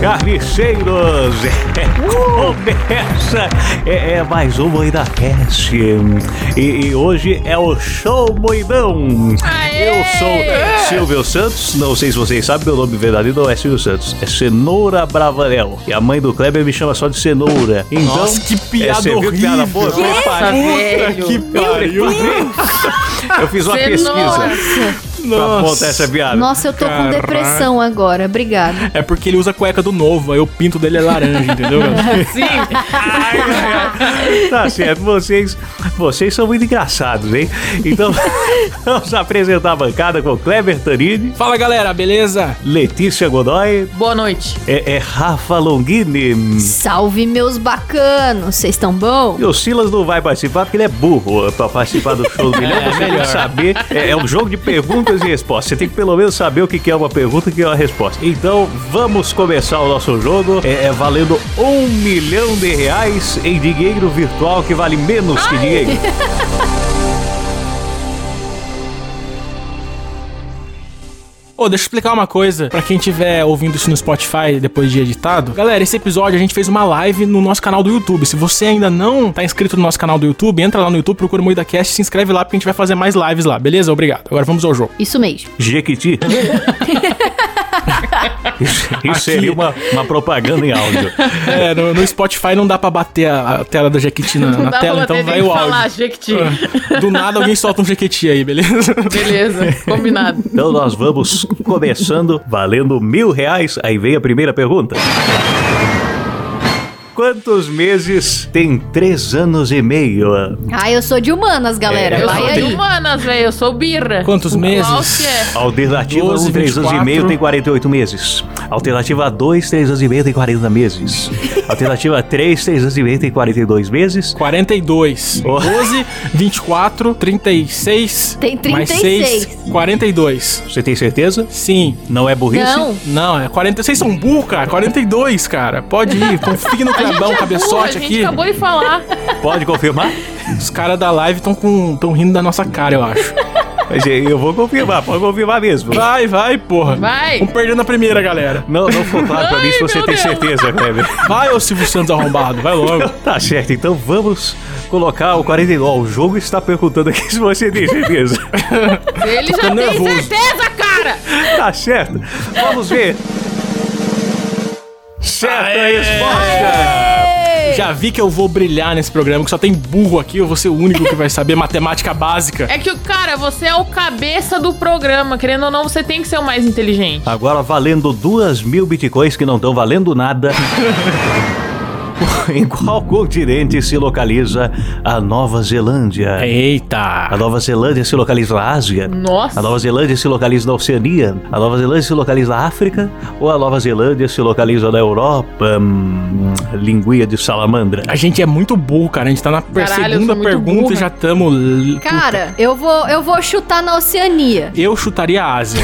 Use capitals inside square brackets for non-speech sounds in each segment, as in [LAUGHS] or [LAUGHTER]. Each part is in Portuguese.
Carniceiros, [LAUGHS] é, começa é, é mais uma aí da Cast. E, e hoje é o Show Moidão. Aê! Eu sou Silvio Santos, não sei se vocês sabem, meu nome verdadeiro não é Silvio Santos, é Cenoura Bravanel. E a mãe do Kleber me chama só de Cenoura. Então, Nossa, que piada você viu que piada horrível. boa? Eu Nossa, preparei- velho. que pariu. Eu fiz uma pesquisa pra apontar essa é piada. Nossa, eu tô Caralho. com depressão agora. Obrigada. É porque ele usa a cueca do novo, aí o pinto dele é laranja, entendeu? Tá certo, vocês, vocês são muito engraçados, hein? [LAUGHS] Então, vamos apresentar a bancada com Kleber Tanini, Fala galera, beleza? Letícia Godoy, Boa noite. é, é Rafa Longini. Salve, meus bacanos. Vocês estão bom? E o Silas não vai participar porque ele é burro. Pra participar do [LAUGHS] show do milhão, É, você tem melhor. que saber. É, é um jogo de perguntas e respostas. Você tem que pelo menos saber o que que é uma pergunta e o que é uma resposta. Então, vamos começar o nosso jogo. É, é valendo um milhão de reais em dinheiro virtual que vale menos que dinheiro. Ô, deixa eu explicar uma coisa pra quem tiver ouvindo isso no Spotify depois de editado. Galera, esse episódio a gente fez uma live no nosso canal do YouTube. Se você ainda não tá inscrito no nosso canal do YouTube, entra lá no YouTube, procura o MoidaCast, se inscreve lá porque a gente vai fazer mais lives lá, beleza? Obrigado. Agora vamos ao jogo. Isso mesmo. Jequiti. Isso, isso seria uma, uma propaganda em áudio. É, no, no Spotify não dá pra bater a, a tela da Jequiti na, na dá tela, pra bater, então vai tem o que falar, áudio. Jequiti. [LAUGHS] Do nada alguém solta um Jequiti aí, beleza? Beleza, combinado. Então nós vamos começando valendo mil reais. Aí vem a primeira pergunta. Quantos meses tem três anos e meio? Ah, eu sou de humanas, galera. É, Eu Vai sou de aí. humanas, velho. Eu sou birra. [LAUGHS] É, Quantos meses? Qual que é? A Alternativa 1, 12, 3 anos e 24. meio tem 48 meses. Alternativa 2, 3 anos e meio tem 40 meses. Alternativa 3, 3 anos e meio tem 42 meses. 42. Oh. 12, 24, 36. Tem mais 36. 6, 42. Você tem certeza? Sim. Não é burrice? Não. Não, é 46 são burro, cara. 42, cara. Pode ir. [LAUGHS] Confia no Clebão, Pô, a cabeçote gente aqui. acabou de falar. Pode confirmar? Os caras da live estão com tão rindo da nossa cara, eu [LAUGHS] acho. Mas eh, eu vou confirmar, pode confirmar mesmo. Vai, vai, porra. Vai. Vamos perder na primeira, galera. Não, não ficou claro pra mim se Ai, você meu tem Deus. certeza, Kleber. Vai, ô Silvio Santos arrombado. Vai logo. Tá certo, então vamos colocar o 49. Ó, O jogo está perguntando aqui se você tem [LAUGHS] certeza. Ele já tem ficando nervoso. certeza, cara. tá certo. Vamos ver. Certa resposta! Já vi que eu vou brilhar nesse programa, que só tem burro aqui. Eu vou ser o único que vai saber [LAUGHS] matemática básica. É que, o cara, você é o cabeça do programa. Querendo ou não, você tem que ser o mais inteligente. Agora valendo duas mil bitcoins que não estão valendo nada. [LAUGHS] em qual continente se localiza a Nova Zelândia? É A Eita. Nova Zelândia se localiza na Ásia? Nossa. A Nova Zelândia se localiza na Oceania? A Nova Zelândia se localiza na África? Ou a Nova Zelândia se localiza na Europa? Hum, linguia de salamandra. A gente é muito burro, cara. A gente tá na per- Caralho, eu segunda sou muito pergunta e burra. já tamo. l- Cara, eu vou, eu vou chutar na Oceania. Eu chutaria a [LAUGHS] Ásia.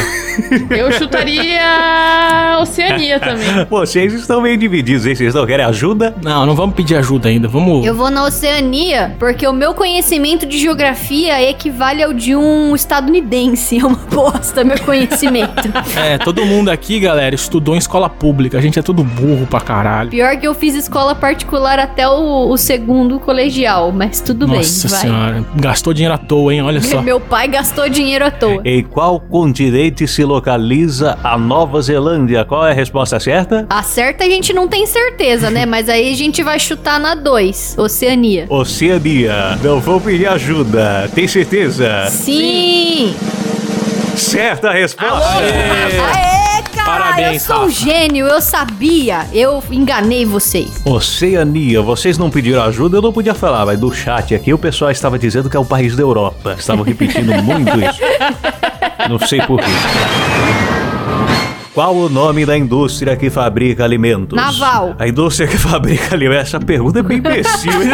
Eu chutaria a Oceania [LAUGHS] também. Vocês estão meio divididos, hein? Vocês não querem ajuda? Não, não vamos pedir ajuda ainda. Vamos. Eu vou na Oceania porque o meu conhecimento de geografia equivale ao de um estadunidense. [LAUGHS] É uma bosta, meu conhecimento. É, todo mundo aqui, galera, estudou em escola pública. A gente é todo burro pra caralho. Pior que eu fiz escola particular até o, o segundo colegial, mas tudo Nossa bem, vai. senhora. Gastou dinheiro à toa, hein? Olha só. Meu pai gastou dinheiro à toa. Em qual continente se localiza a Nova Zelândia? Qual é a resposta certa? A certa a gente não tem certeza, né? Mas aí a gente vai chutar na 2, Oceania. Oceania. Não vou pedir ajuda. Tem certeza? Sim! Certa a resposta. Aê, cara! Parabéns, eu sou um Rafa. gênio, eu sabia! Eu enganei vocês. Oceania, vocês não pediram ajuda, eu não podia falar, mas do chat aqui o pessoal estava dizendo que é o país da Europa. Estavam [LAUGHS] repetindo muito isso. Não sei porquê. Qual o nome da indústria que fabrica alimentos? Naval. A indústria que fabrica alimentos. Essa pergunta é bem imbecil, [LAUGHS] hein?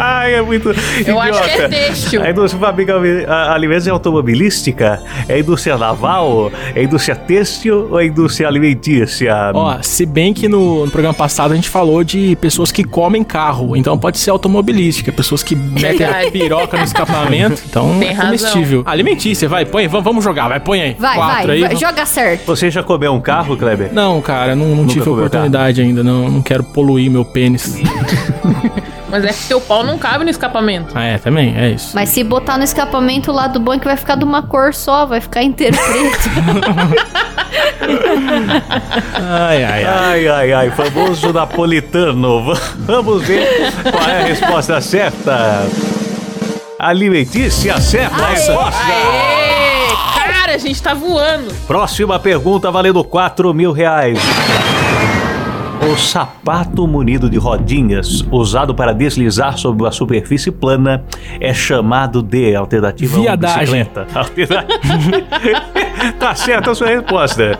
Ai, é muito. Eu acho que é idiota. têxtil. A indústria que fabrica ali- a- alimentos é automobilística? É indústria naval? É indústria têxtil ou é indústria alimentícia? Ó, se bem que no, no programa passado a gente falou de pessoas que comem carro, então pode ser automobilística, pessoas que metem a Verdade. piroca no escapamento, então Tem é razão. comestível. Alimentícia, vai, põe, vamos- vamos jogar, vai, põe aí. Vai, Quatro vai, aí, vai, vamos- joga certo. Você já comeu um carro, Kleber? Não, cara, não, não tive comeu oportunidade ainda, não, não quero poluir meu pênis. Mas é que teu pau não cabe no escapamento. ah, é, também, é isso. Mas se botar no escapamento lá do banco, é vai ficar de uma cor só, vai ficar [LAUGHS] inteiro preto. Ai, ai, ai. Ai, ai, ai, famoso napolitano. Vamos ver qual é a resposta certa. Alimentícia certa a resposta. Aê! Cara, a gente tá voando. Próxima pergunta valendo 4 mil reais. O sapato munido de rodinhas, usado para deslizar sobre uma superfície plana, é chamado de alternativa um, Viadagem. bicicleta. [LAUGHS] Alternativa... tá certa a sua resposta.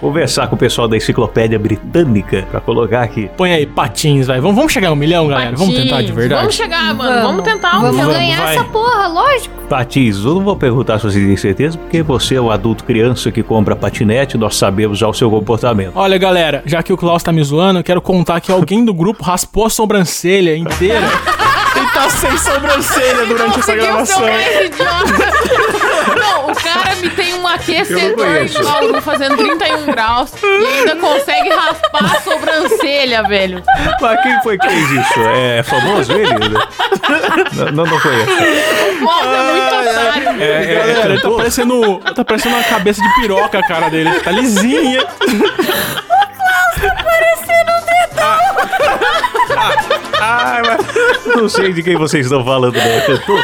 Conversar com o pessoal da enciclopédia britânica para colocar aqui. Põe aí patins, vai. Vamos, vamos chegar a um milhão, galera? Vamos tentar de Patins. verdade? Vamos chegar, mano. Vamos, tentar um Vamos, milhão. ganhar vai. essa porra, lógico. Patins, eu não vou perguntar se você tem certeza, porque você é um adulto criança que compra patinete, nós sabemos já o seu comportamento. Olha, galera, já que o Klaus tá me zoando, eu quero contar que alguém do grupo raspou a sobrancelha inteira. [LAUGHS] Ele tá sem sobrancelha durante essa Conseguiu seu gravação. mês, idiota. Não, o cara me tem um Eu não aquecedor conheço. de Paulo fazendo 31 graus e ainda consegue raspar a sobrancelha, velho. Mas quem foi que fez isso? É famoso ele? Não, não, não conheço. Nossa, é muito otário. É, é, é Galera, ele tá cantor? parecendo, tá parecendo uma cabeça de piroca a cara dele. Tá lisinha. o Klaus tá parecendo um dedão. Ah, mas não sei de quem vocês estão falando, né? Cantor?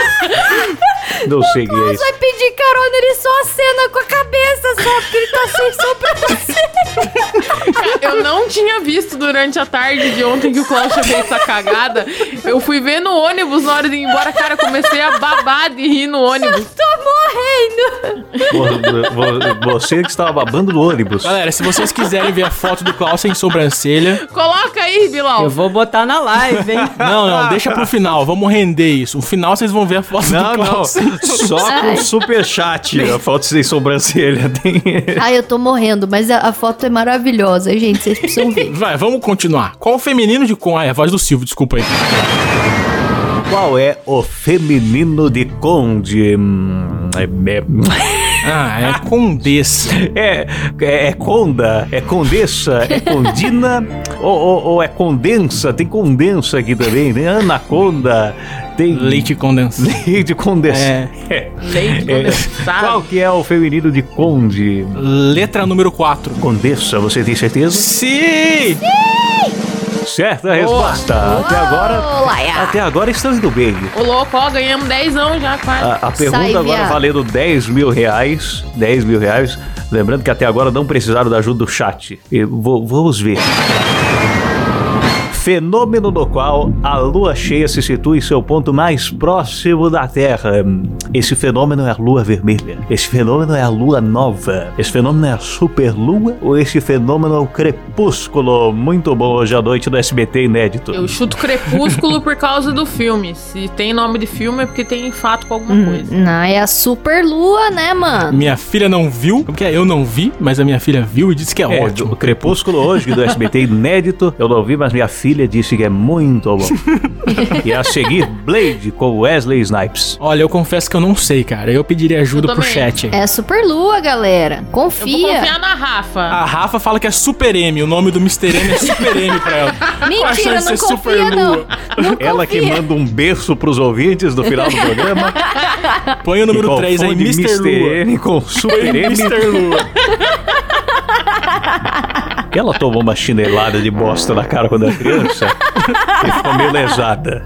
Não sei quem é Mas isso. vai pedir carona, ele só acena com a cabeça, só porque ele tá sem sobrancelha. Eu não tinha visto durante a tarde de ontem que o Cláudio fez essa cagada. Eu fui ver no ônibus na hora de ir embora, cara, comecei a babar de rir no ônibus. Tô morrendo. Vo- vo- Você que estava babando no ônibus. Galera, se vocês quiserem ver a foto do Klaus sem sobrancelha. Coloca aí, Bilal. Eu vou botar na live, hein? Não, não, deixa pro final. Vamos render isso. No final vocês vão ver a foto Não, do não. Klaus. Só com superchat. A foto sem sobrancelha tem. Ai, Ah, eu tô morrendo, mas a, a foto é maravilhosa, gente, vocês precisam ver. Vai, vamos continuar. Qual o feminino de com? Ah, é a voz do Silvio, desculpa aí. Qual é o feminino de Conde? Hum, é- Ah, é condessa. É, é, é conda, é condessa, é condina, ou, ou- ou é condensa, tem condensa aqui também, né? Anaconda, tem... Leite condensado. Leite condensado. É. Leite É. condensado. Qual que é o feminino de conde? Letra número 4. Condessa, você tem certeza? Sim! Certa resposta. Até agora, Ô, Laia. até agora estamos indo bem. Ô, louco, ó, ganhamos 10 anos já, quase. A, a pergunta Sai, agora viado. valendo 10 mil reais. 10 mil reais. Lembrando que até agora não precisaram da ajuda do chat. E vo- vamos ver. Fenômeno no qual a lua cheia se situa em seu ponto mais próximo da Terra. Esse fenômeno é a lua vermelha. Esse fenômeno é a lua nova. Esse fenômeno é a superlua. Ou esse fenômeno é o crepúsculo. Muito bom hoje à noite no SBT inédito. Eu chuto crepúsculo por causa do filme. Se tem nome de filme é porque tem fato com Hum, alguma coisa. Não, é a super lua, né, mano? Minha filha não viu, porque eu não vi, mas a minha filha viu e disse que é, É, ótimo. do Crepúsculo hoje do SBT inédito. Eu não vi, mas minha filha disse que é muito bom. e a seguir, Blade com Wesley Snipes. Olha, eu confesso que eu não sei, cara. Eu pediria ajuda Eu pro também. chat. aí. É a super lua, galera. Eu vou Confia. confiar na Rafa. Ah. A Rafa fala que é Super M, o nome do Mr. M é Super M pra ela. Com a [LAUGHS] Mentira, chance não de ser Super confia, não. Lua. Não Ela que confia. manda um berço pros ouvintes no final do programa. Põe o número E 3 aí, confunde Mr. Lua. M com Super [LAUGHS] M. Mr. Lua. Ela tomou uma chinelada de bosta na cara quando era criança e ficou meio lesada.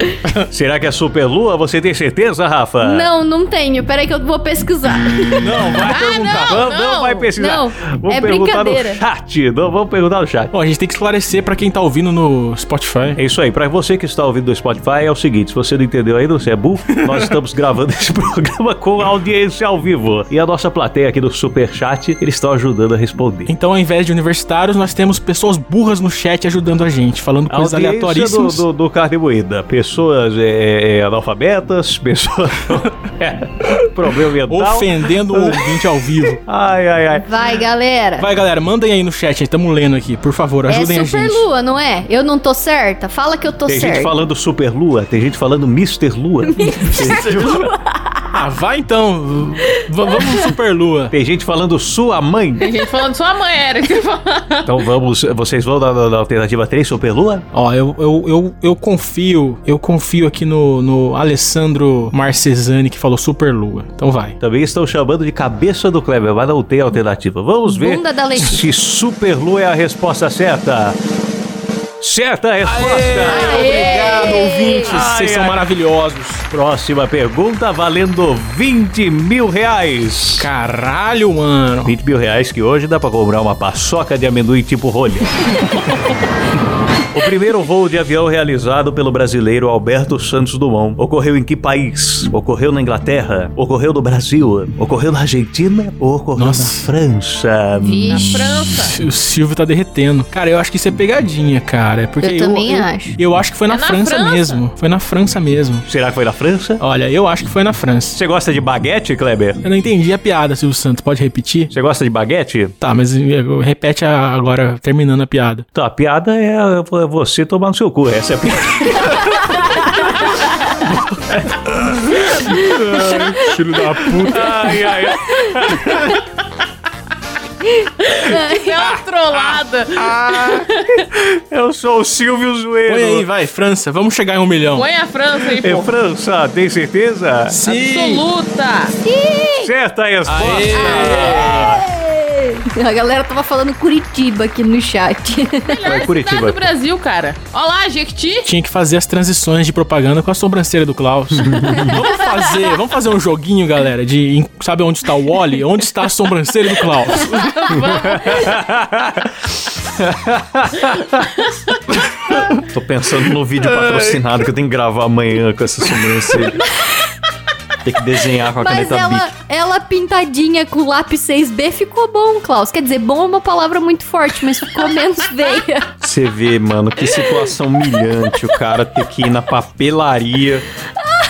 Será que é Super Lua? Você tem certeza, Rafa? Não, não tenho. Peraí que eu vou pesquisar. Não, vai perguntar. não, Vamos- não, não. vai pesquisar. Não, vamos é perguntar brincadeira. no chat. Não, vamos perguntar no chat. Bom, a gente tem que esclarecer pra quem tá ouvindo no Spotify. É isso aí. Pra você que está ouvindo do Spotify, é o seguinte: se você não entendeu ainda, você é burro. Nós estamos gravando esse programa com audiência ao vivo. E a nossa plateia aqui do Superchat, eles estão ajudando a responder. Então, ao invés de universitários, nós temos pessoas burras no chat ajudando a gente, falando A coisas audiência do, aleatoríssimas. do, do Carne Moída. Pessoas é, é, analfabetas, pessoas. [LAUGHS] é, problema mental. Ofendendo o ouvinte ao vivo. Ai, ai, ai. Vai, galera. Vai, galera, mandem aí no chat, estamos lendo aqui, por favor, ajudem é a super gente. lua, não é? Eu não tô certa? Fala que eu tô Tem gente certa. falando Super Lua, tem gente falando Mr. Lua. Tem gente- Ah, vai então. V- [LAUGHS] vamos super lua. Tem gente falando sua mãe. Tem gente falando sua mãe, era que você falava. Então vamos, vocês vão na, na- na alternativa 3, Superlua? Ó, eu, eu, eu, eu confio, eu confio aqui no, no Alessandro Marcesani que falou super lua. Então vai. Também estão chamando de cabeça do Kleber, mas não tem alternativa. Vamos ver Bunda da se Letícia. Superlua é a resposta certa. Certa resposta! Obrigado, ouvintes. Vocês são maravilhosos. Próxima pergunta valendo 20 mil reais. Caralho, mano. 20 mil reais que hoje dá pra comprar uma paçoca de amendoim tipo rolha. O primeiro voo de avião realizado pelo brasileiro Alberto Santos Dumont ocorreu em que país? Ocorreu na Inglaterra? Ocorreu no Brasil? Ocorreu na Argentina? Ou ocorreu Nossa. na França? Vixe. França. O Silvio tá derretendo. Cara, eu acho que isso é pegadinha, cara. É Porque Eu também acho. Eu acho que foi na, É na França, França. mesmo. Foi na França mesmo. Será que foi na França? Olha, eu acho que foi na França. Você gosta de baguete, Kleber? Eu não entendi a piada, Silvio Santos. Pode repetir? Você gosta de baguete? Tá, mas eh, repete a- agora, terminando a piada. Então, a piada é você tomar no seu cu. Essa é a piada. Filho da puta. ai, ai, ai. Ah, Aquela é trollada. Eu sou o Silvio Zueiro. Põe aí, vai, França. Vamos chegar em um milhão. Põe a França aí, É pô. França, tem certeza? Sim. Absoluta. Certa a resposta. A galera tava falando Curitiba aqui no chat. Melhor cidade Curitiba. do Brasil, cara. Olha lá, Jequiti. Tinha que fazer as transições de propaganda com a sobrancelha do [LAUGHS] Klaus. vamos fazer, vamos fazer um joguinho, galera, de em- sabe onde está o Wally? Onde está a sobrancelha do Klaus? Tô pensando no vídeo patrocinado que eu tenho que gravar amanhã com essa [LAUGHS] sobrancelha. Tem que desenhar com a Mas caneta ela, bic. ela pintadinha com lápis 6B ficou bom, Klaus. Quer dizer, bom é uma palavra muito forte, mas ficou menos [LAUGHS] veia. Você vê, mano, que situação humilhante o cara ter que ir na papelaria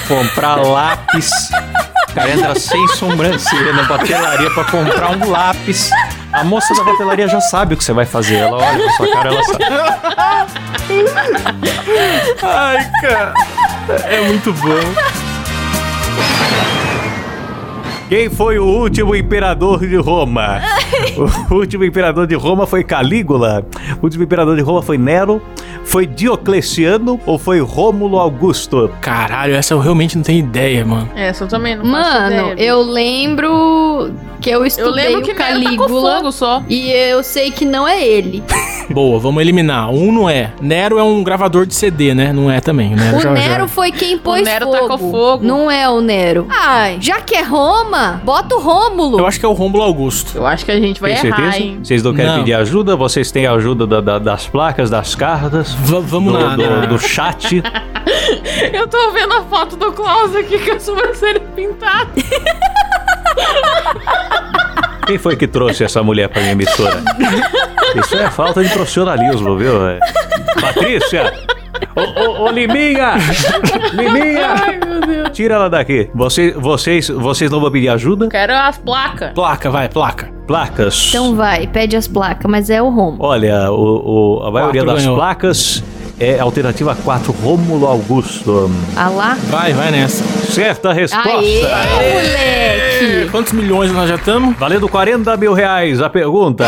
comprar lápis. O cara entra sem sobrancelha na papelaria pra comprar um lápis. A moça da papelaria já sabe o que você vai fazer. Ela olha pra sua cara, ela sabe. Ai, cara. É muito bom. Quem foi o último imperador de Roma? O último imperador de Roma foi Calígula. O último imperador de Roma foi Nero. Foi Diocleciano ou foi Rômulo Augusto? Caralho, essa eu realmente não tenho ideia, mano. É, Essa eu também não faço Mano, ideia. eu lembro que eu Eu estudei lembro que o Nero tá com Calígula. fogo só. e eu sei que não é ele. Boa, vamos eliminar. Um não é. Nero é um gravador de CD, né? Não é também. Nero O já- já- Nero foi quem pôs Nero fogo. tacou fogo. Não é o Nero. Ai, já que é Roma, bota o Rômulo. Eu acho que é o Rômulo Augusto. Eu acho que a gente vai Tem errar, certeza? hein. Vocês não querem Não. pedir ajuda? Vocês têm a ajuda da- da- das placas, das cartas? V- vamos do- lá, do- né? do [LAUGHS] chat? Eu tô vendo a foto do Klaus aqui com a sobrancelha pintada. Quem foi que trouxe essa mulher pra minha emissora? Isso é falta de profissionalismo, viu? velho? Patrícia! Ô, ô, ô, Liminha! Liminha! Ai, meu Deus. Tira ela daqui. Vocês, vocês, vocês não vão pedir ajuda? Quero as placas. Placa, vai, placa. Placas. Então vai, pede as placas, mas é o Rômulo. Olha, o, o- a maioria Quatro das ganhou. placas é alternativa 4, Rômulo Augusto. Alá. Vai, vai nessa. Certa resposta. Aê, É. moleque! Quantos milhões nós já estamos? Valendo 40 mil reais a pergunta.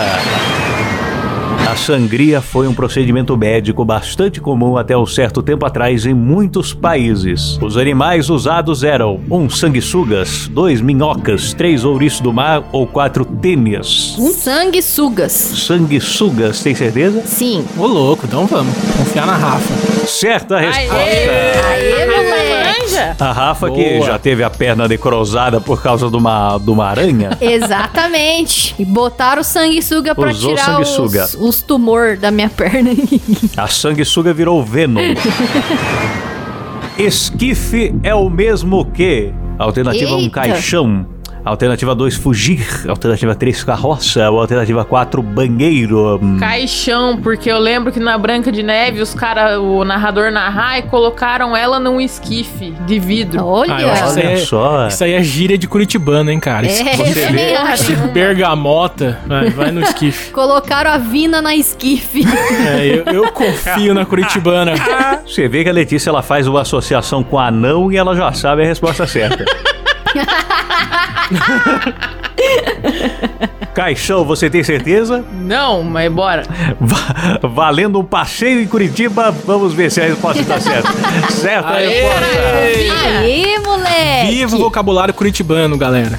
A sangria foi um procedimento médico bastante comum até um certo tempo atrás em muitos países. Os animais usados eram 1. Um, sanguessugas, 2. Minhocas, 3. Ouriço do mar ou 4. Tênias. Um sanguessugas. Sanguessugas, tem certeza? Sim. Ô, louco, então vamos. Confiar na Rafa. Certa resposta. Aê, moleque! Laranja? A Rafa que Boa. já teve a perna necrosada por causa de uma, de uma aranha. Exatamente. E botaram o sanguessuga pra Usou tirar sanguessuga. Os, os tumor da minha perna. [LAUGHS] A sanguessuga virou Venom. Esquife é o mesmo que. Alternativa 1, um Eita. caixão. Alternativa 2, fugir. Alternativa 3, carroça. Ou alternativa 4, banheiro. Hum, Caixão, porque eu lembro que na Branca de Neve os cara, o narrador narrar e colocaram ela num esquife de vidro. Olha. Ah, eu acho que Olha isso só. é, isso aí é gíria de curitibano, hein, cara? Esse- é, eu você vê. também acho. Bergamota. Vai, vai no esquife. Colocaram a vina na esquife. É, eu, eu confio na [LAUGHS] curitibana. É, Você vê que a Letícia ela faz uma associação com anão e ela já sabe a resposta certa. Caixão, você tem certeza? Não, mas bora. Va- valendo um passeio em Curitiba, vamos ver se a resposta está certa. certa a [LAUGHS] Aê! resposta. Aí, moleque! Viva o vocabulário curitibano, galera.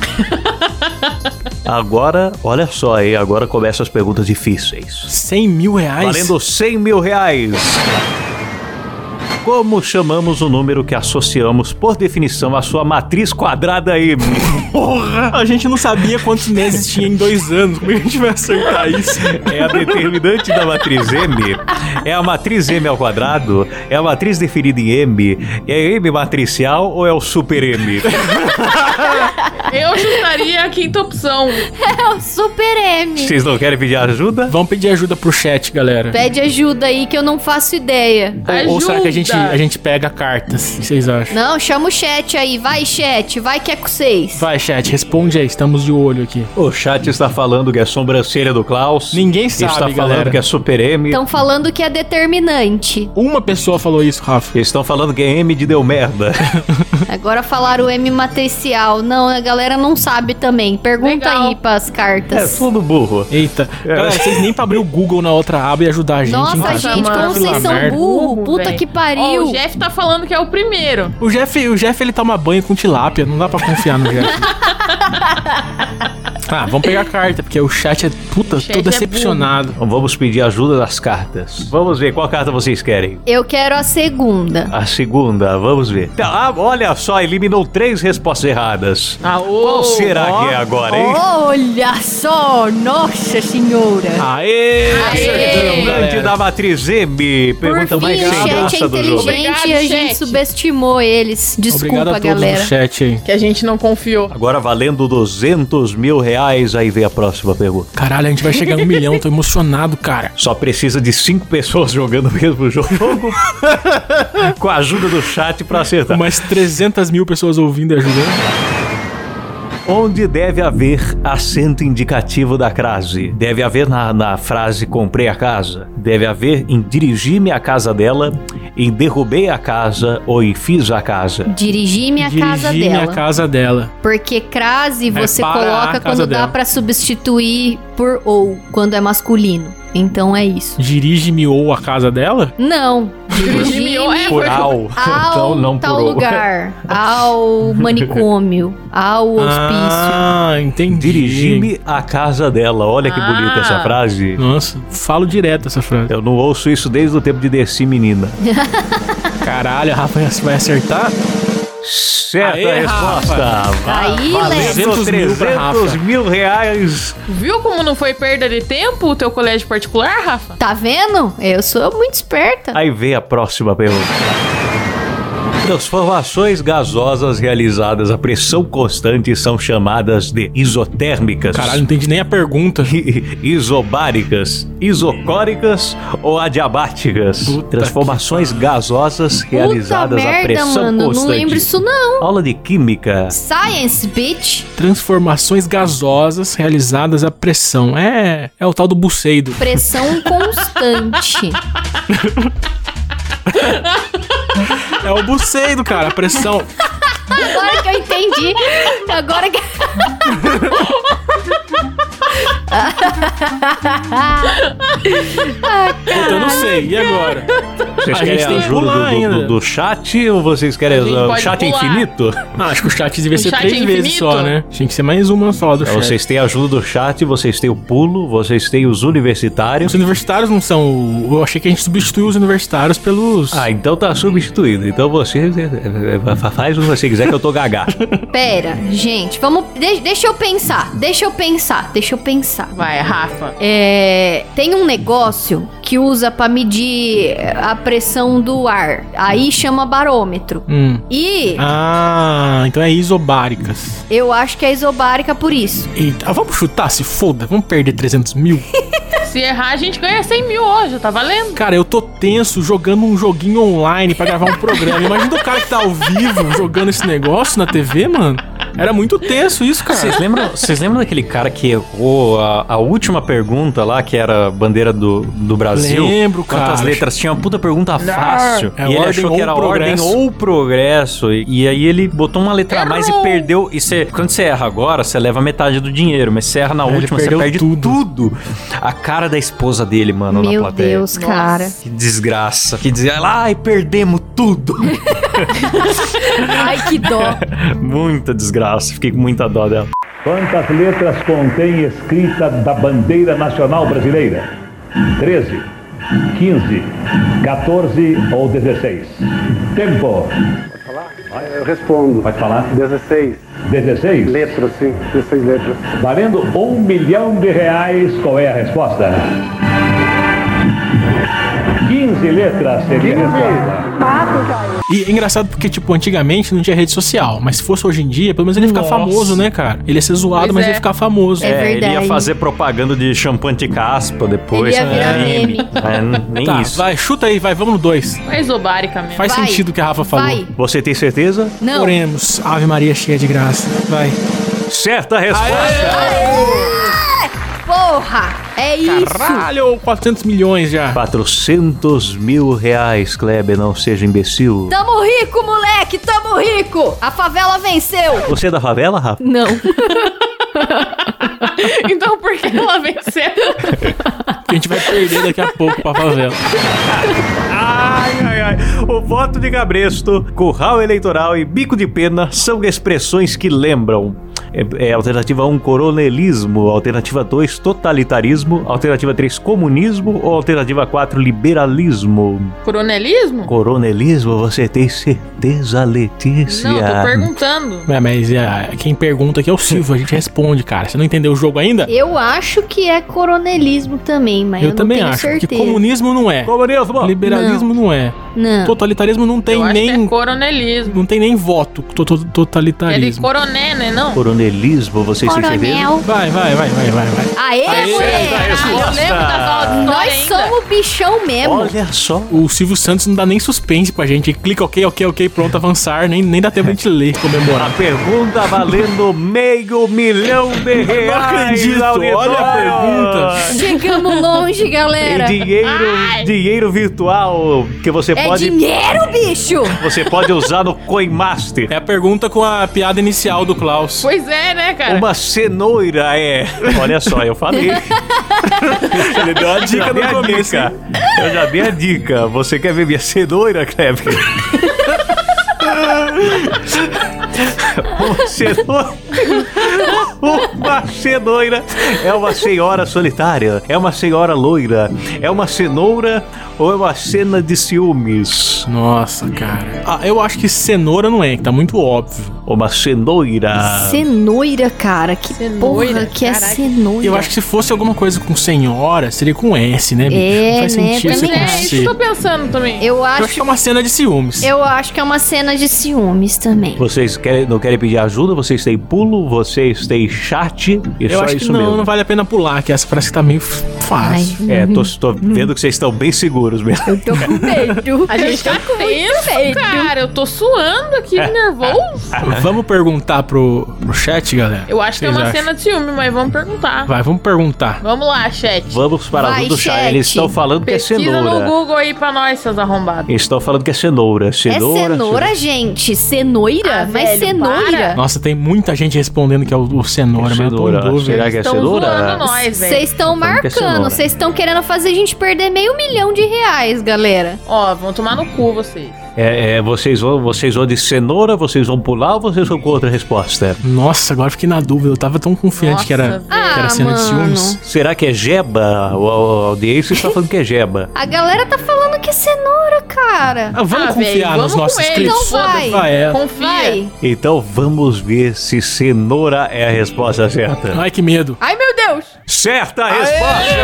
Agora, olha só aí, agora começam as perguntas difíceis. 100 mil reais? Valendo 100 mil reais. Como chamamos o número que associamos, por definição, à sua matriz quadrada M? Porra! A gente não sabia quantos meses tinha em dois anos. Como é que a gente vai acertar isso? É a determinante da matriz M. É a matriz M ao quadrado? É a matriz definida em M? É M matricial ou é o super M? Eu chutaria a quinta opção. [LAUGHS] É o Super M. Vocês não querem pedir ajuda? Vamos pedir ajuda pro chat, galera. Pede ajuda aí que eu não faço ideia. Ou, ou será que a gente, Ajuda. a gente pega cartas? O que vocês acham? Não, chama o chat aí. Vai, chat. Vai que é com vocês. Vai, chat, responde aí. Estamos de olho aqui. O chat está falando que é sobrancelha do Klaus. Ninguém sabe, Está galera. falando que é super M. Estão falando que é determinante. Uma pessoa falou isso, Rafa. Eles estão falando que é M de deu merda. Agora falaram o M matricial. Não, a galera não sabe também. Pergunta Legal. aí pras É cartas. tudo burro. Eita. Galera, vocês nem pra abrir o Google na outra aba e ajudar a gente. hein, Nossa, cara? gente, como mano. vocês Puta são merda. burro. Burro, Puta velho. que Ó, pariu. o Jeff tá falando que é o primeiro. O Jeff, o Jeff, ele toma banho com tilápia. Não dá pra confiar no [LAUGHS] Jeff. ah, vamos pegar a carta, porque o chat é, puta, chat tô é decepcionado. Então Vamos pedir ajuda das cartas. Vamos ver qual carta vocês querem. Eu quero a segunda. A segunda, vamos ver. Tá, ah, olha só, eliminou três respostas erradas. Ah, Aô, Qual será ó. que é agora, hein? Olha só, nossa senhora. Aê! Aê! Acertante da matriz M. Então Pergunta Por mais fim, o sem chat é graça do jogo. inteligente Obrigado, e a gente chat. subestimou eles. Obrigado Desculpa, a todos galera. no chat aí. Que a gente não confiou. Agora valendo 200 mil reais, aí vem a próxima pergunta. Caralho, a gente vai [LAUGHS] chegar em um milhão, tô emocionado, cara. Só precisa de cinco pessoas jogando o mesmo [LAUGHS] jogo com a ajuda do chat pra acertar. Umas 300 mil pessoas ouvindo e ajudando. Onde deve haver acento indicativo da crase? Deve haver na, na frase comprei a casa? Deve haver em dirigi-me à casa dela, em derrubei a casa ou em fiz a casa? Dirigir-me à casa Dirigir-me dela. à casa dela. Porque É crase você para a casa coloca quando dá dela. pra substituir por ou, quando é masculino. Então é isso. Dirige-me ou à casa dela? Não. Dirigir-me ou é, Por [LAUGHS] ao. Ao [LAUGHS] então não por tal ou. [LAUGHS] lugar, [LAUGHS] ao manicômio, ao hospício. Ah, entendi. Dirigi-me à casa dela. Olha que bonita Ah. essa frase. Nossa, falo direto essa frase. Eu não ouço isso desde o tempo de Desci Menina. Caralho, a Rafa vai acertar? Certa Aê, resposta. Aí, Valendo Léo. 300 mil pra Rafa. 300 mil reais. Viu como não foi perda de tempo o teu colégio particular, Rafa? Tá vendo? Eu sou muito esperta. Aí vem a próxima pergunta. Transformações gasosas realizadas a pressão constante são chamadas de isotérmicas, Caralho, não entendi nem a pergunta. [LAUGHS] isobáricas, isocóricas ou adiabáticas. Puta Transformações gasosas realizadas Puta a merda, pressão mano. constante. Não lembro isso, não. Aula de química. Science, bitch. Transformações gasosas realizadas à pressão. É, é o tal do buceido. Pressão [LAUGHS] constante. É o buceido, cara, a pressão. Agora que eu entendi. Agora que. Puta, eu não sei. E agora? Vocês A querem gente tem a que ajuda pular do, do- ainda. do chat ou vocês querem A gente o pode chat pular. infinito? Ah, acho que o chat devia O ser chat três é vezes infinito? só, né? Tinha que ser mais uma só do Então, chat. vocês têm a ajuda do chat, vocês têm o pulo, vocês têm os universitários. Os universitários não são. o- Eu achei que a gente substituiu os universitários pelos. Ah, então tá substituído. Então você é, é, é, fa- faz o que você quiser que eu tô [LAUGHS] gagá. Pera, gente, vamos. de- deixa eu pensar. Deixa eu pensar. Deixa eu pensar. Vai, Rafa. É, tem um negócio que usa pra medir a pressão do ar. Aí chama barômetro. Hum. E Ah, então é isobáricas. eu acho que é isobárica por isso. Eita, ah, vamos chutar, se foda. Vamos perder 300 mil? Se errar, a gente ganha 100 mil hoje, tá valendo? Cara, eu tô tenso jogando um joguinho online pra gravar um programa. Imagina o cara que tá ao vivo jogando esse negócio na TV, mano. Era muito tenso isso, cara. Vocês lembram, vocês lembram daquele cara que errou a, a última pergunta lá, que era a bandeira do, do Brasil? Lembro, Quantas cara. letras tinha? Uma puta pergunta fácil. é e ele ordem achou que ou era progresso. ordem ou progresso. E, e aí ele botou uma letra a mais e perdeu. E você, quando você erra agora, você leva metade do dinheiro. Mas você erra na É, ele última, você perdeu perde tudo. tudo. A cara da esposa dele, mano, na Meu plateia. Deus, cara. Que desgraça. Que desgraça. Ai, perdemos tudo. Ai, que [LAUGHS] dó. muita desgraça. Fiquei com muita dó dela. Quantas letras contém escrita da bandeira nacional brasileira? 13, 15, 14 ou 16? Tempo. Eu respondo. Pode falar. 16 16? letras, sim. 16 letras. Valendo um milhão de reais, qual é a resposta? 15 letras seria a resposta. E é engraçado porque, tipo, antigamente não tinha rede social. Mas se fosse hoje em dia, pelo menos ele ia ficar Nossa. famoso, né, cara? Ele ia ser zoado, Pois mas é. ia ficar famoso. É. ele ia verdade. fazer propaganda de champanhe de caspa depois. né? Ele ia virar meme. É, n- nem Tá, isso. vai, chuta aí, vai, vamos no dois. É isobárica mesmo. Faz Vai. sentido o que a Rafa falou. Vai. Você tem certeza? Não. Oremos, Ave Maria cheia de graça. Vai. Certa resposta. Porra! É isso! Caralho, 400 milhões já. 400 mil reais, Kleber, não seja imbecil. Tamo rico, moleque! Tamo rico! A favela venceu! Você é da favela, Rafa? Não. [LAUGHS] Então por que ela venceu? Que a gente vai perder daqui a pouco pra favela. Ai, ai, ai. O voto de cabresto, curral eleitoral e bico de pena são expressões que lembram. É, é, alternativa 1, coronelismo. Alternativa 2, totalitarismo. Alternativa 3, comunismo. Ou alternativa 4, liberalismo. Coronelismo? Coronelismo, você tem certeza, Letícia? Não, tô perguntando. É, mas é, quem pergunta aqui é o Silvio, a gente responde, cara. Você não entendeu o jogo ainda? Eu acho que é coronelismo também, mas eu, não também tenho acho certeza. que comunismo não é. Comunismo. Liberalismo não, é. Não. Totalitarismo não tem Eu acho que nem. é coronelismo. não tem nem voto. to- to- Ele Totalitarismo. coroné, né? Não? Coronelismo, você tem certeza? Coronel. Vai, vai, vai, vai, vai, vai. Aê, moleque! Ah, eu lembro das aulas de Nós história ainda. somos bichão mesmo. Olha só. O Silvio Santos não dá nem suspense pra gente. Ele clica ok, ok, ok, pronto, avançar. Nem, nem dá tempo de a gente ler, A comemorar. pergunta valendo meio milhão de reais. acredito, auditório. olha a pergunta. Chegamos longe, E galera. dinheiro, Ai. dinheiro virtual que você É pode dinheiro, bicho! você pode usar no Coinmaster. É a pergunta com a piada inicial do Klaus. Pois é, né, cara? Uma cenoura é. Olha só, eu falei. Ele deu a dica no começo, Eu já dei a dica. Você quer ver minha cenoura, Kleber? Uma cenoura. Uma cenoura é uma senhora solitária, é uma senhora loira, é uma cenoura ou é uma cena de ciúmes? Nossa, cara. Ah, eu acho que cenoura não é, que tá muito óbvio. Uma cenoura. Cenoura, cara. Que Cenoura, porra que é caralho. cenoura? Eu acho que se fosse alguma coisa com senhora, seria com S, né? bicho? É, não faz né? sentido ser Também com É, isso que C. eu tô pensando também. Eu Eu acho acho que é uma cena de ciúmes. Eu acho que é uma cena de ciúmes também. Vocês querem, não querem pedir ajuda? Vocês têm pulo? Vocês têm chat? E Eu só acho que isso não, mesmo. não vale a pena pular, que essa parece que tá meio f- fácil. É, tô, tô vendo que vocês estão bem seguros mesmo. [LAUGHS] Eu tô com medo. A gente tá tenso, cara. Eu tô suando [LAUGHS] aqui, nervoso. Vamos perguntar pro, pro chat, galera? Eu acho que é Vocês uma acham? cena de ciúme, mas vamos perguntar. Vai, vamos perguntar. Vamos lá, chat. Vamos para a Vai, ajuda do chat. chat. Eles estão falando que é Pesquisa no cenoura. Google aí pra nós, seus arrombados. Eles estão falando que é cenoura. É Cenoura. cenoura, gente. Cenoura? Ah, Mas velho, cenoura. Nossa, tem muita gente respondendo que é o, o cenoura, mas eu tô em Cenoura. dúvida. Será que é Estão cenoura? zoando nós, velho. Vocês estão falando que é marcando, cenoura. vocês estão querendo fazer a gente perder meio milhão de reais, galera. Ó, vão tomar no cu vocês. É, é, vocês, vão, vocês vão de cenoura, vocês vão pular ou vocês vão com outra resposta? Nossa, agora eu fiquei na dúvida. Eu tava tão confiante Nossa, que era, velho. que era Ah, cena de mano. ciúmes. Será que é jeba? O, o- a audiência está falando que é jeba. A galera tá falando que é cenoura, cara. Ah, vamos Ah, confiar velho, vamos nos com nossos ele, clientes. então vai. Ah, é. Confia. Vai. Então vamos ver se cenoura é a resposta certa. Ai, que medo. Ai, meu Deus. Certa resposta!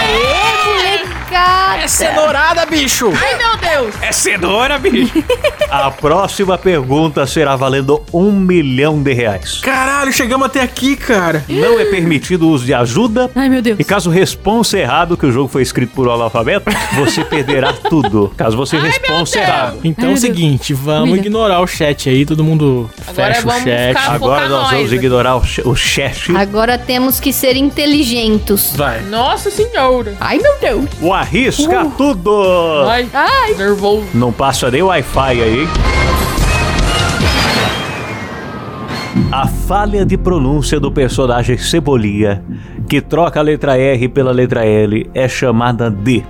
Aê, molecada. cenourada, bicho! Ai, meu Deus. Deus! É cenoura, bicho. A próxima pergunta será valendo um milhão de reais. Caralho, chegamos até aqui, cara. Não é permitido o uso de ajuda. Ai, meu Deus. E caso responsa errado, que o jogo foi escrito por um analfabeto, você perderá [LAUGHS] tudo. Caso você responsa errado. Então é o seguinte, vamos Humilha. ignorar o chat aí, todo mundo Agora fecha o vamos chat. ficar- Agora tá Focar nós nós, vamos né? ignorar o, che- o chefe. Agora temos que ser inteligentes. Vai. Nossa senhora! Ai, meu Deus. O arrisca Uh. tudo! Ai, Ai. nervoso. Não passa nem Wi-Fi aí. hein? A falha de pronúncia do personagem Cebolinha, que troca a letra R pela letra L, é chamada de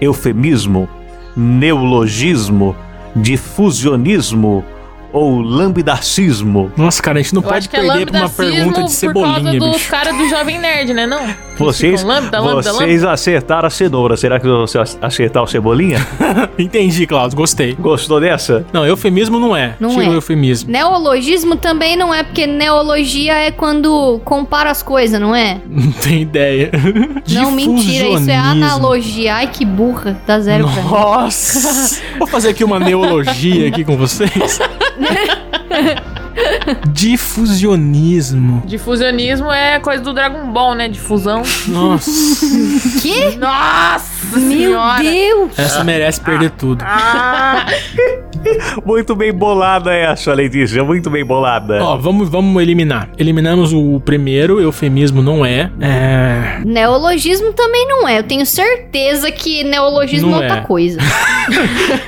eufemismo, neologismo, difusionismo ou lambidarcismo. Nossa, cara, a gente não Eu pode acho que é perder pra uma pergunta de lambdacismo por causa cebolinha, dos bicho. caras do Jovem Nerd, né? Não? Eles Vocês, ficam Lambda, lambda, lambda. vocês acertaram a cenoura. Será que vão acertar o Cebolinha? [LAUGHS] Entendi, Klaus, gostei. Gostou dessa? Não, eufemismo não é. Não Tira é. o eufemismo. [LAUGHS] Neologismo também não é, porque neologia é quando compara as coisas, não é? Não tem ideia. [LAUGHS] Não, mentira, isso é Difusionismo. analogia. Ai, que burra. Dá zero pra mim. [LAUGHS] Nossa! Vou fazer aqui uma neologia aqui com vocês. Difusionismo. Difusionismo é coisa do Dragon Ball, né? [LAUGHS] Difusão. Nossa, Que? Nossa Meu senhora! Deus. essa merece perder tudo. Ah, Muito bem bolada essa, Letícia. Muito bem É. bolada. Ó, vamos, vamos eliminar. Eliminamos o primeiro, eufemismo não é. [LAUGHS] É. Neologismo também não é. Eu tenho certeza que neologismo Não é é. outra coisa.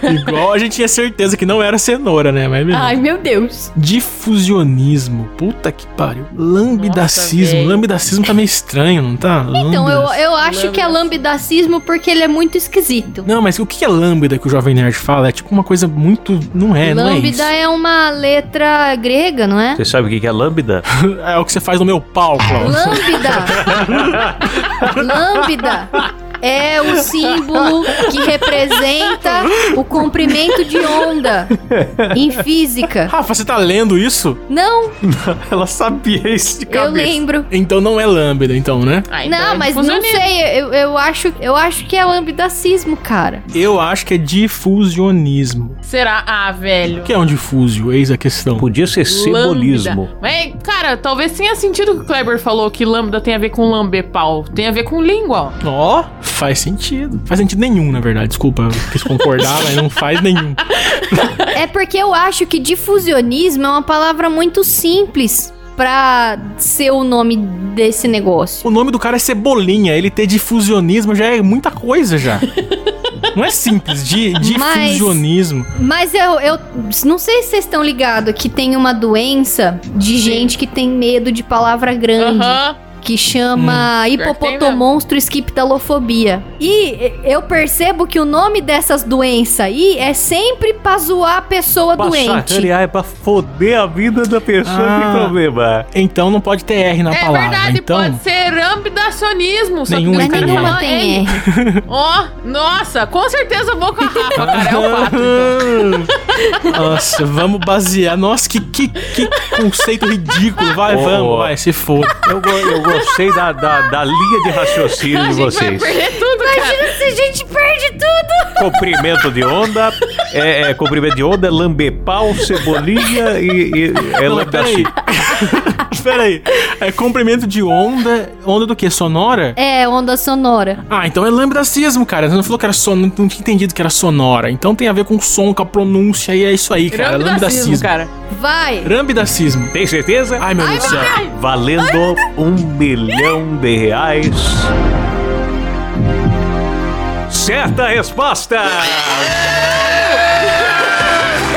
Igual a gente tinha certeza que não era cenoura, né? Mas beleza. [LAUGHS] Ai, meu Deus. Difusionismo. Puta que pariu. Lambidacismo. velho. Lambidacismo tá meio estranho, não tá? Então, eu, Lambidac- eu acho que é lambidacismo porque ele é muito esquisito. Não, mas o que é lambda que o Jovem Nerd fala? É tipo uma coisa muito. Não é, não é isso. [LAUGHS] Lambda é, uma letra grega, não é? Você sabe o que que é lambda? É o que você faz no meu pau, Klaus. [LAUGHS] Lambda. Lambda é o símbolo que representa o comprimento de onda em física. Rafa, você tá lendo isso? Não, Ela sabia isso de eu lembro. Então não é lambda, então, né? ah, então Não, é mas não difusionismo. sei. Eu, eu acho, eu acho que é lambidacismo, cara. Eu acho que é difusionismo. Será? Ah, velho. O que é um difúsio? Eis a questão. Podia ser simbolismo. Lambda. Mas, cara, talvez tenha sentido que o Kleber falou que lambda tem a ver com lamber pau. Tem a ver com língua, ó. Ó, faz sentido. Faz sentido nenhum, na verdade. Desculpa, eu quis concordar, mas não faz nenhum. É porque eu acho que difusionismo é uma palavra muito simples pra ser o nome desse negócio. O nome do cara é Cebolinha. Ele ter difusionismo já é muita coisa, já. Não é simples. Di, Mas- difusionismo. Mas eu, eu não sei se vocês estão ligados que tem uma doença de gente que tem medo de palavra grande. Aham. que Pior chama que tem mesmo. hipopotomonstro esquiptalofobia. E eu percebo que o nome dessas doenças aí é sempre pra zoar a pessoa Pra Tá doente. sacanear, é pra foder a vida da pessoa que Ah. tem problema. Então não pode ter R na É palavra. verdade, então, pode ser ambidacionismo. Só Nenhuma que daí Mas o cara nenhuma fala, é tem "Ei, R. Ó, nossa, com certeza eu vou com a [LAUGHS] Rafa, cara. É o então. fato. então. Nossa, vamos basear. Nossa, que, que, que conceito ridículo. Vai, Ô, vamos, ô. vai, se for. [LAUGHS] Eu, go- eu gostei da, da, da linha de raciocínio A de gente vai vocês. perder tudo, cara. Imagina se a gente perde tudo! Comprimento de onda, é, é, comprimento de onda, é lambepau, cebolinha e, e é Não, mas peraí. lambdaci. peraí. É comprimento de onda. Onda do quê? Sonora? É, onda sonora. Ah, então é lambdacismo, cara. Você não falou que era sonora, não tinha entendido que era sonora. Então tem a ver com som, com a pronúncia, e é isso aí, cara. É Ambidacismo, Lambdacismo. cara. Vai! Rambidacismo. Tem certeza? Ai, meu Deus do céu. Valendo um milhão de reais. Certa resposta!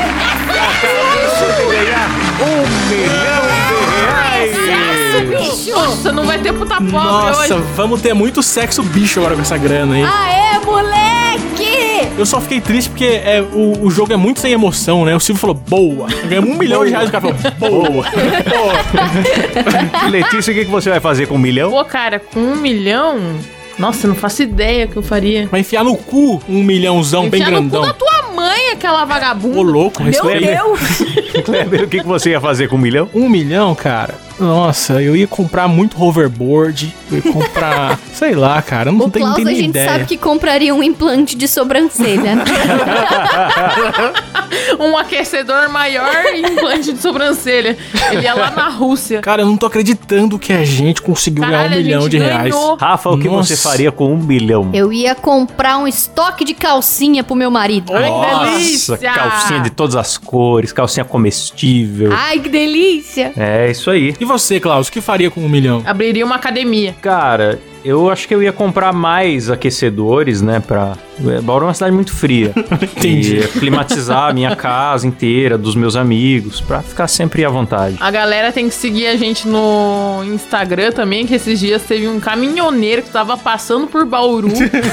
Acabou de ganhar um milhão de reais! Nossa, não vai ter puta pobre Nossa, hoje. vamos ter muito sexo bicho agora com essa grana aí. Aê, moleque! Eu só fiquei triste porque é, o, o jogo é muito sem emoção, né? O Silvio falou, boa. Ganhamos um milhão de reais, o cara falou, boa. Letícia, o que que você vai fazer com um milhão? Pô, cara, com um milhão... Nossa, eu não faço ideia o que eu faria. Vai enfiar no cu um milhãozão bem Enfiar no cu da grandão. tua mãe, aquela Ô, vagabunda. louco, respeita. Kleber, o que que você ia fazer com um milhão? Um milhão, cara. Nossa, eu ia comprar muito hoverboard, eu [LAUGHS] ia comprar, sei lá, cara, eu não O tenho, não Klaus, tenho a nem gente ideia. sabe que compraria um implante de [LAUGHS] sobrancelha. né? Um aquecedor maior e implante de sobrancelha. Ele é lá na Rússia. Cara, eu não tô acreditando que a gente né, conseguiu ganhar Caralho, um a milhão gente de reais. ganhou. Rafa, o que Nossa. você faria com um milhão? Eu ia comprar um estoque de calcinha pro meu marido. Ai, que Nossa, delícia! calcinha de todas as cores, calcinha comestível. Ai, que delícia! É isso aí. E você, Klaus, o que faria com um milhão? Abriria uma academia. Cara, eu acho que eu ia comprar mais aquecedores, né? Pra. é, Bauru é uma [LAUGHS] cidade muito fria. Entendi. E [LAUGHS] ia climatizar a minha casa inteira, dos meus amigos, pra ficar sempre à vontade. A galera tem que seguir a gente no Instagram também, que esses dias teve um caminhoneiro que tava passando por Bauru.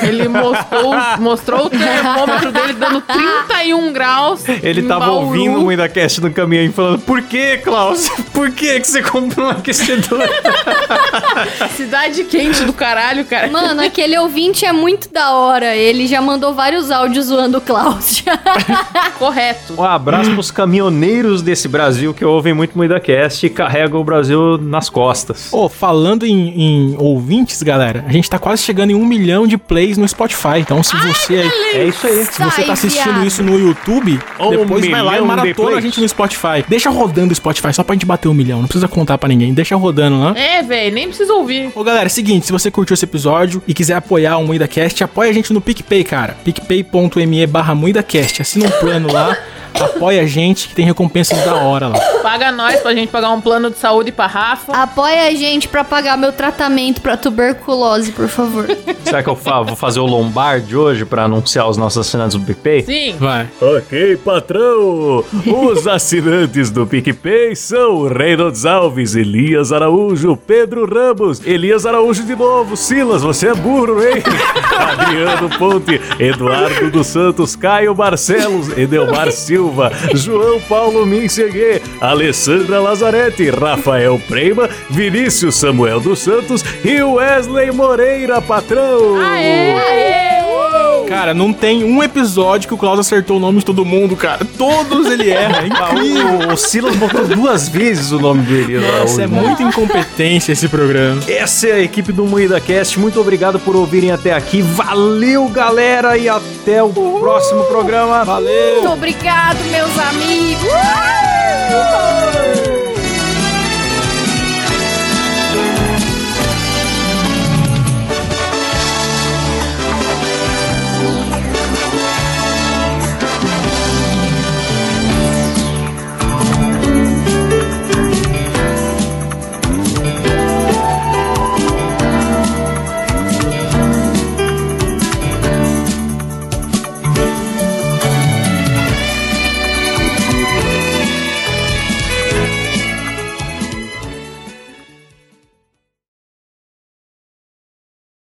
Ele mostrou, mostrou o termômetro dele dando 31 graus. Ele em tava Bauru. ouvindo o Indacast no caminho e falando: Por que, Klaus? [LAUGHS] Por que, que você comprou um aquecedor? Cidade quente do caralho, cara. Mano, aquele ouvinte é muito da hora. Ele já mandou vários áudios zoando o Klaus. [LAUGHS] Correto. um abraço pros caminhoneiros desse Brasil que ouvem muito o Indacast e carregam o Brasil nas costas. Ô, falando em, em ouvintes, galera, a gente tá quase chegando em um milhão de plays no Spotify. Então, se você aí. É isso aí. Se você Sai, tá assistindo viado. isso no YouTube, Um depois vai lá e milhão de maratona a plays. gente no Spotify. Deixa rodando o Spotify só pra gente bater um milhão. Não precisa contar pra ninguém. Deixa rodando lá. É, velho, nem precisa ouvir. Ô galera, é seguinte, se você curtiu esse episódio e quiser apoiar o MuidaCast, apoia a gente no PicPay, cara. picpay.me barra MuidaCast. Assina um plano lá, apoia a gente que tem recompensas da hora lá. Paga nós pra gente pagar um plano de saúde pra Ah. Rafa. Apoia a gente pra pagar meu tratamento pra tuberculose, por favor. Será que eu fa- vou fazer o lombar de hoje pra anunciar os nossos assinantes do PicPay? Sim. Vai. Ok, patrão! Os assinantes do PicPay são Reynolds Alves, Elias Araújo, Pedro Ramos, Elias Araújo de novo, Silas, você é burro, hein? Adriano Ponte, Eduardo dos Santos, Caio Barcelos, Edelmar Silva, João Paulo Minseguê, Alessandra Lazarete, Rafael Prema, Vinícius Samuel dos Santos e Wesley Moreira, patrão! uh! Cara, não tem um episódio que o Klaus acertou o nome de todo mundo, cara. Todos ele erra, hein? É O, o Silas botou duas vezes o nome dele. lá hoje, Nossa, é né? muita incompetência esse programa. Essa é a equipe do Moída Cast. Muito obrigado por ouvirem até aqui. Valeu, galera, e até o próximo programa. Valeu! Muito obrigado, meus amigos.